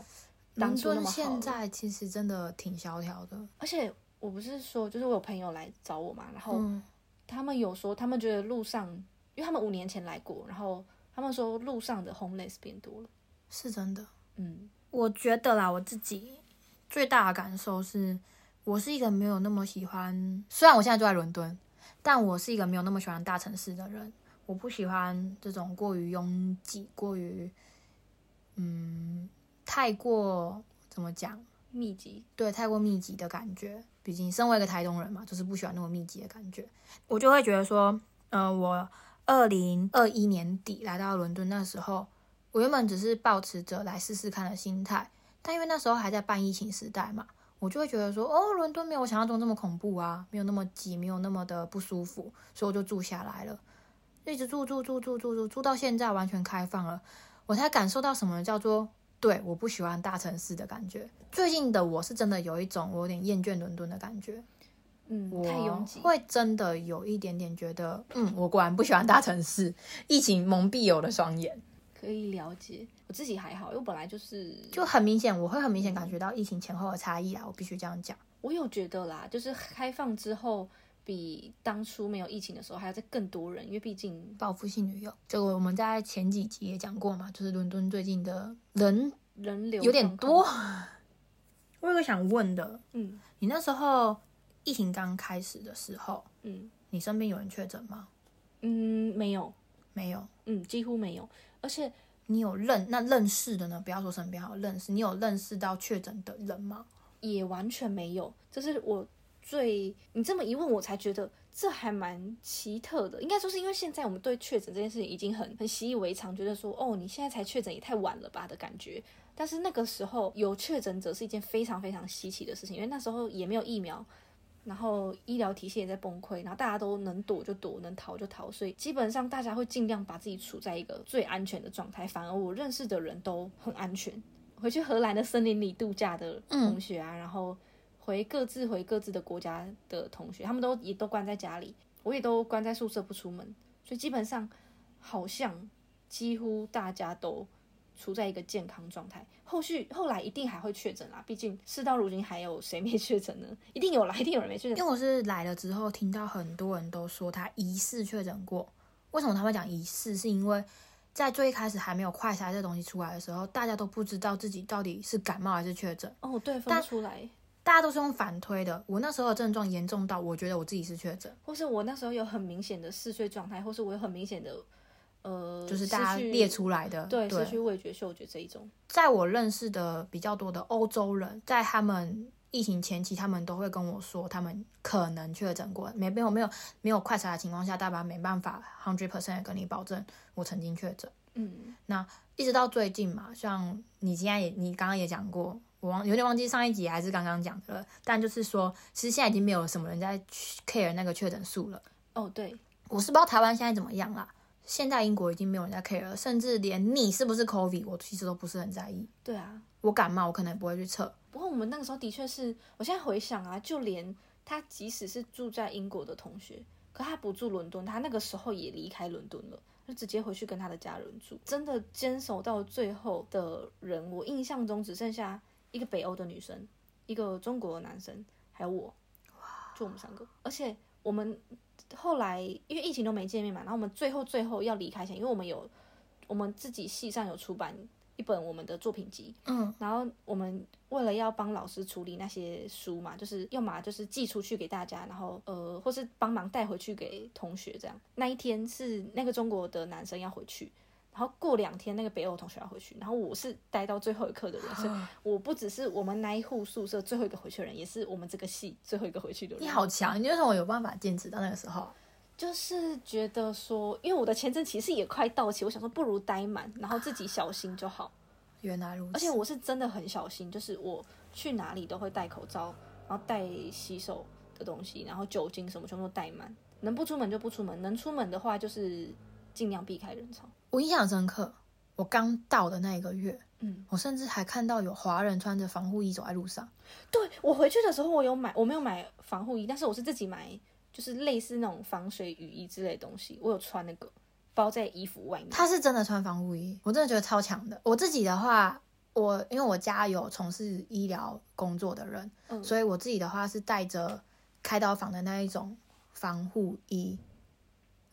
当伦初那敦么好了现在其实真的挺萧条的。而且我不是说，就是我有朋友来找我嘛，然后嗯，他们有说，他们觉得路上，因为他们五年前来过，然后他们说路上的 homeless 变多了。是真的。嗯，我觉得啦，我自己最大的感受是，我是一个没有那么喜欢，虽然我现在住在伦敦，但我是一个没有那么喜欢大城市的人。我不喜欢这种过于拥挤、过于嗯太过怎么讲，密集，对，太过密集的感觉。毕竟身为一个台东人嘛，就是不喜欢那么密集的感觉。我就会觉得说，呃，我二零二一年底来到伦敦那时候，我原本只是抱持着来试试看的心态，但因为那时候还在半疫情时代嘛，我就会觉得说，哦，伦敦没有我想象中这么恐怖啊，没有那么挤，没有那么的不舒服，所以我就住下来了，一直住住住住住住住到现在完全开放了，我才感受到什么叫做。对，我不喜欢大城市的感觉。最近的我是真的有一种我有点厌倦伦敦的感觉，嗯，我太拥挤。会真的有一点点觉得，嗯，我果然不喜欢大城市，疫情蒙蔽我的双眼，可以了解，我自己还好，因为我本来就是，就很明显，我会很明显感觉到疫情前后的差异啊，我必须这样讲。我有觉得啦，就是开放之后，比当初没有疫情的时候还要再更多人，因为毕竟报复性旅游，这个我们在前几集也讲过嘛，就是伦敦最近的人人流有点状况多。。嗯我有个想问的，嗯你那时候疫情刚开始的时候，嗯你身边有人确诊吗？嗯，没有，没有。嗯，几乎没有，而且你有认那认识的呢？不要说身边好认识，你有认识到确诊的人吗？也完全没有。这是我最你这么一问，我才觉得这还蛮奇特的。应该说是因为现在我们对确诊这件事情已经很很习以为常，觉得说哦，你现在才确诊也太晚了吧的感觉。但是那个时候有确诊者是一件非常非常稀奇的事情，因为那时候也没有疫苗，然后医疗体系也在崩溃，然后大家都能躲就躲，能逃就逃，所以基本上大家会尽量把自己处在一个最安全的状态。反而我认识的人都很安全，回去荷兰的森林里度假的嗯同学啊，然后回各自回各自的国家的同学，他们都也都关在家里，我也都关在宿舍不出门，所以基本上好像几乎大家都处在一个健康状态。后续后来一定还会确诊啦，毕竟事到如今还有谁没 确诊呢？一定有啦，一定有人没确诊因为。我是来了之后听到很多人都说他疑似确诊过。为什么他会讲疑似？是因为在最一开始还没有快筛这东西出来的时候，大家都不知道自己到底是感冒还是确诊，哦，对，分但不出来。大家都是用反推的。我那时候的症状严重到我觉得我自己是确诊，或是我那时候有很明显的嗜睡状态，或是我有很明显的呃，就是大家失去列出来的。对失去味觉、嗅觉这一种。在我认识的比较多的欧洲人，在他们疫情前期，他们都会跟我说，他们可能确诊过，没没有没有没有快查的情况下，大家没办法 hundred percent 跟你保证我曾经确诊。嗯，一直到最近嘛，像你现在也你刚刚也讲过，我忘有点忘记上一集还是刚刚讲的了，但就是说，其实现在已经没有什么人在 care 那个确诊数了。哦，对，我是不知道台湾现在怎么样啦。现在英国已经没有人在 care 了，甚至连你是不是 COVID，我其实都不是很在意。对啊。我感冒，我可能也不会去测，不过我们那个时候的确是，我现在回想啊，就连他即使是住在英国的同学，可他不住伦敦，他那个时候也离开伦敦了，就直接回去跟他的家人住。真的坚守到最后的人，我印象中只剩下一个北欧的女生，一个中国的男生，还有我，就我们三个。而且我们后来因为疫情都没见面嘛，然后我们最后最后要离开前，因为我们有我们自己系上有出版一本我们的作品集，嗯，然后我们为了要帮老师处理那些书嘛，就是要么就是寄出去给大家，然后呃，或是帮忙带回去给同学这样。那一天是那个中国的男生要回去，然后过两天那个北欧同学要回去，然后我是待到最后一刻的人，所以我不只是我们那一户宿舍最后一个回去的人，也是我们这个系最后一个回去的人。你好强，你为什么有办法坚持到那个时候？就是觉得说，因为我的签证其实也快到期，我想说不如待满，然后自己小心就好。原来如此，而且我是真的很小心，就是我去哪里都会戴口罩，然后带洗手的东西，然后酒精什么全部都带满，能不出门就不出门，能出门的话就是尽量避开人潮。我印象深刻，我刚到的那一个月，嗯，我甚至还看到有华人穿着防护衣走在路上。对我回去的时候我有买，我没有买防护衣，但是我是自己买，就是类似那种防水雨衣之类的东西，我有穿那个包在衣服外面。他是真的穿防护衣，我真的觉得超强的。我自己的话，我因为我家有从事医疗工作的人，嗯所以我自己的话是带着开刀房的那一种防护衣。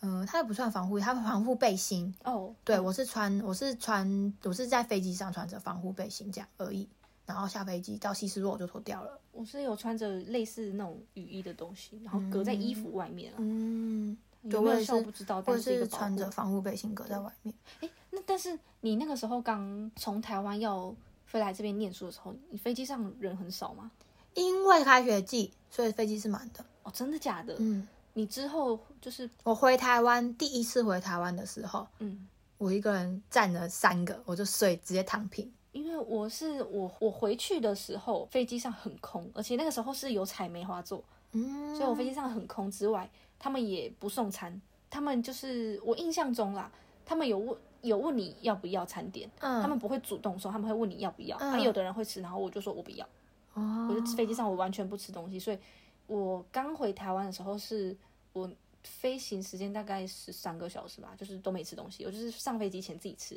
嗯、它也不算防护衣，它防护背心。哦，对我是穿，我是穿，我是在飞机上穿着防护背心这样而已。然后下飞机到西斯洛我就脱掉了。我是有穿着类似那种雨衣的东西，然后隔在衣服外面啊，嗯，对有没我有也效是不知道，或但者是一个是保护穿着防护背心隔在外面。哎，那但是你那个时候刚从台湾要飞来这边念书的时候，你飞机上人很少吗？因为开学季，所以飞机是满的。哦，真的假的？嗯。你之后就是我回台湾第一次回台湾的时候，嗯，我一个人站了三个，我就睡，直接躺平。因为我是我我回去的时候飞机上很空，而且那个时候是有采梅花座，嗯，所以我飞机上很空之外，他们也不送餐，他们就是我印象中啦，他们有问有问你要不要餐点，嗯他们不会主动说，他们会问你要不要，啊，嗯有的人会吃，然后我就说我不要。我哦，就飞机上我完全不吃东西，所以我刚回台湾的时候是我飞行时间大概十三个小时吧，就是都没吃东西。我就是上飞机前自己吃，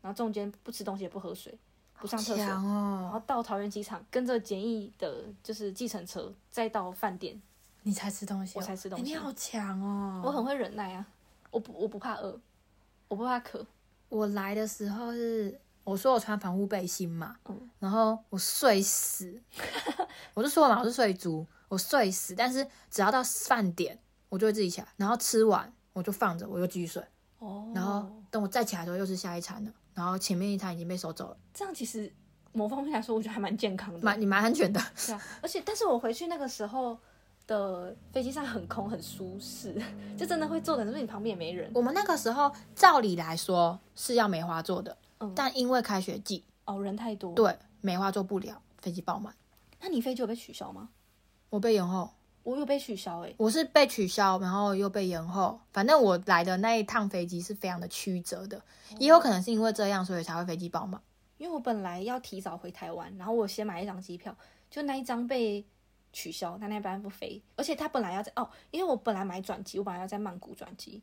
然后中间不吃东西也不喝水，不上厕所，强然哦，后到桃园机场跟着简易的就是计程车，再到饭店，你才吃东西哦、我才吃东西哎你好强哦！我很会忍耐啊，我不我不怕饿，我不怕渴，我来的时候是我说我穿防护背心嘛，嗯然后我睡 死，我就说嘛，我是睡猪，我睡死，但是只要到饭点，我就会自己起来，然后吃完我就放着，我又继续睡，哦，然后等我再起来的时候又是下一餐了，然后前面一餐已经被收走了，这样其实某方面来说，我觉得还蛮健康的，蛮你蛮安全的。是啊，而且但是我回去那个时候的飞机上很空很舒适，就真的会坐的，就是你旁边也没人。 我们那个时候照理来说是要梅花座的，嗯但因为开学季，哦，人太多。，对梅花座不了，飞机爆满，那你飞机有被取消吗？我被延后，我有被取消欸诶、我是被取消，然后又被延后。反正我来的那一趟飞机是非常的曲折的，也有可能是因为这样，所以才会飞机爆满。因为我本来要提早回台湾，然后我先买一张机票，就那一张被取消，他那班不飞，而且他本来要在哦，因为我本来买转机，我本来要在曼谷转机，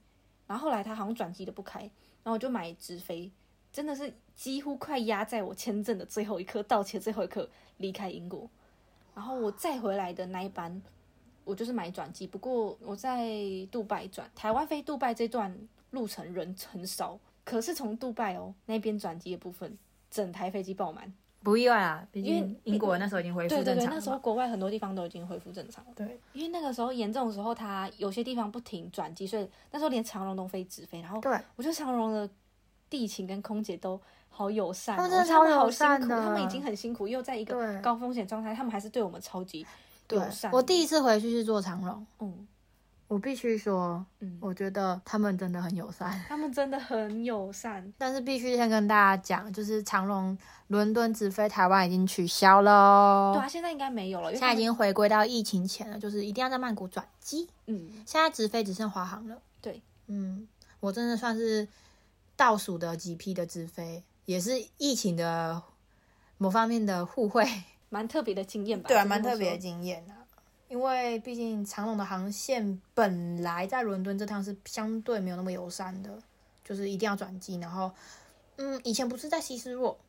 然后后来他好像转机都不开，然后我就买直飞，真的是几乎快压在我签证的最后一刻，到期的最后一刻离开英国，然后我再回来的那一班，我就是买转机，不过我在杜拜转，台湾飞杜拜这段路程人很少，可是从杜拜哦那边转机的部分，整台飞机爆满。不意外啊，毕因为竟英国那时候已经恢复对对正对，常那时候了。国外很多地方都已经恢复正常了。对因为那个时候严重的时候，它有些地方不停转机，所以那时候连长荣都飞直飞。然后对，我觉得长荣的地勤跟空姐都好友善哦、他们真的他们超好友辛善苦，的他们已经很辛苦，又在一个对高风险状态，他们还是对我们超级友对善。我第一次回去是坐长龙，嗯我必须说，嗯，我觉得他们真的很友善。他们真的很友善。但是必须先跟大家讲，就是长龙伦敦直飞台湾已经取消喽对，啊，现在应该没有了，因为现他在们已经回归到疫情前了，就是一定要在曼谷转机。嗯，现在直飞只剩华航了。对，嗯，我真的算是倒数的几批的直飞，也是疫情的某方面的互惠，蛮特别的经验吧？对啊，只能蛮这么特别的说。经验啊。因为毕竟长龙的航线本来在伦敦这趟是相对没有那么友善的，就是一定要转机，然后嗯，以前不是在西斯洛，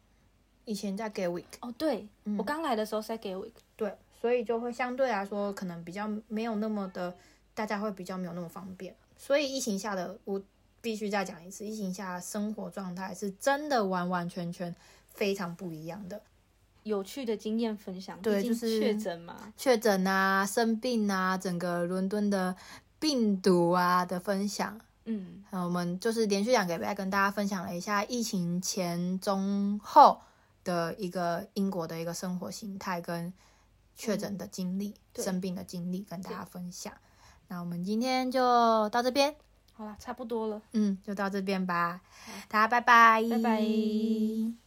以前在 Gatwick，哦，对，嗯我刚来的时候是在给我一个，对，所以就会相对来说可能比较没有那么的，大家会比较没有那么方便。所以疫情下的我必须再讲一次，疫情下的生活状态是真的完完全全非常不一样的。有趣的经验分享，对毕竟就是确诊嘛，确诊啊、生病啊、整个伦敦的病毒啊的分享，嗯，呃我们就是连续两个礼拜跟大家分享了一下疫情前、中、后的一个英国的一个生活形态跟确诊的经历、对生病的经历跟大家分享。那我们今天就到这边，好啦，差不多了。嗯，就到这边吧，大家拜拜，拜拜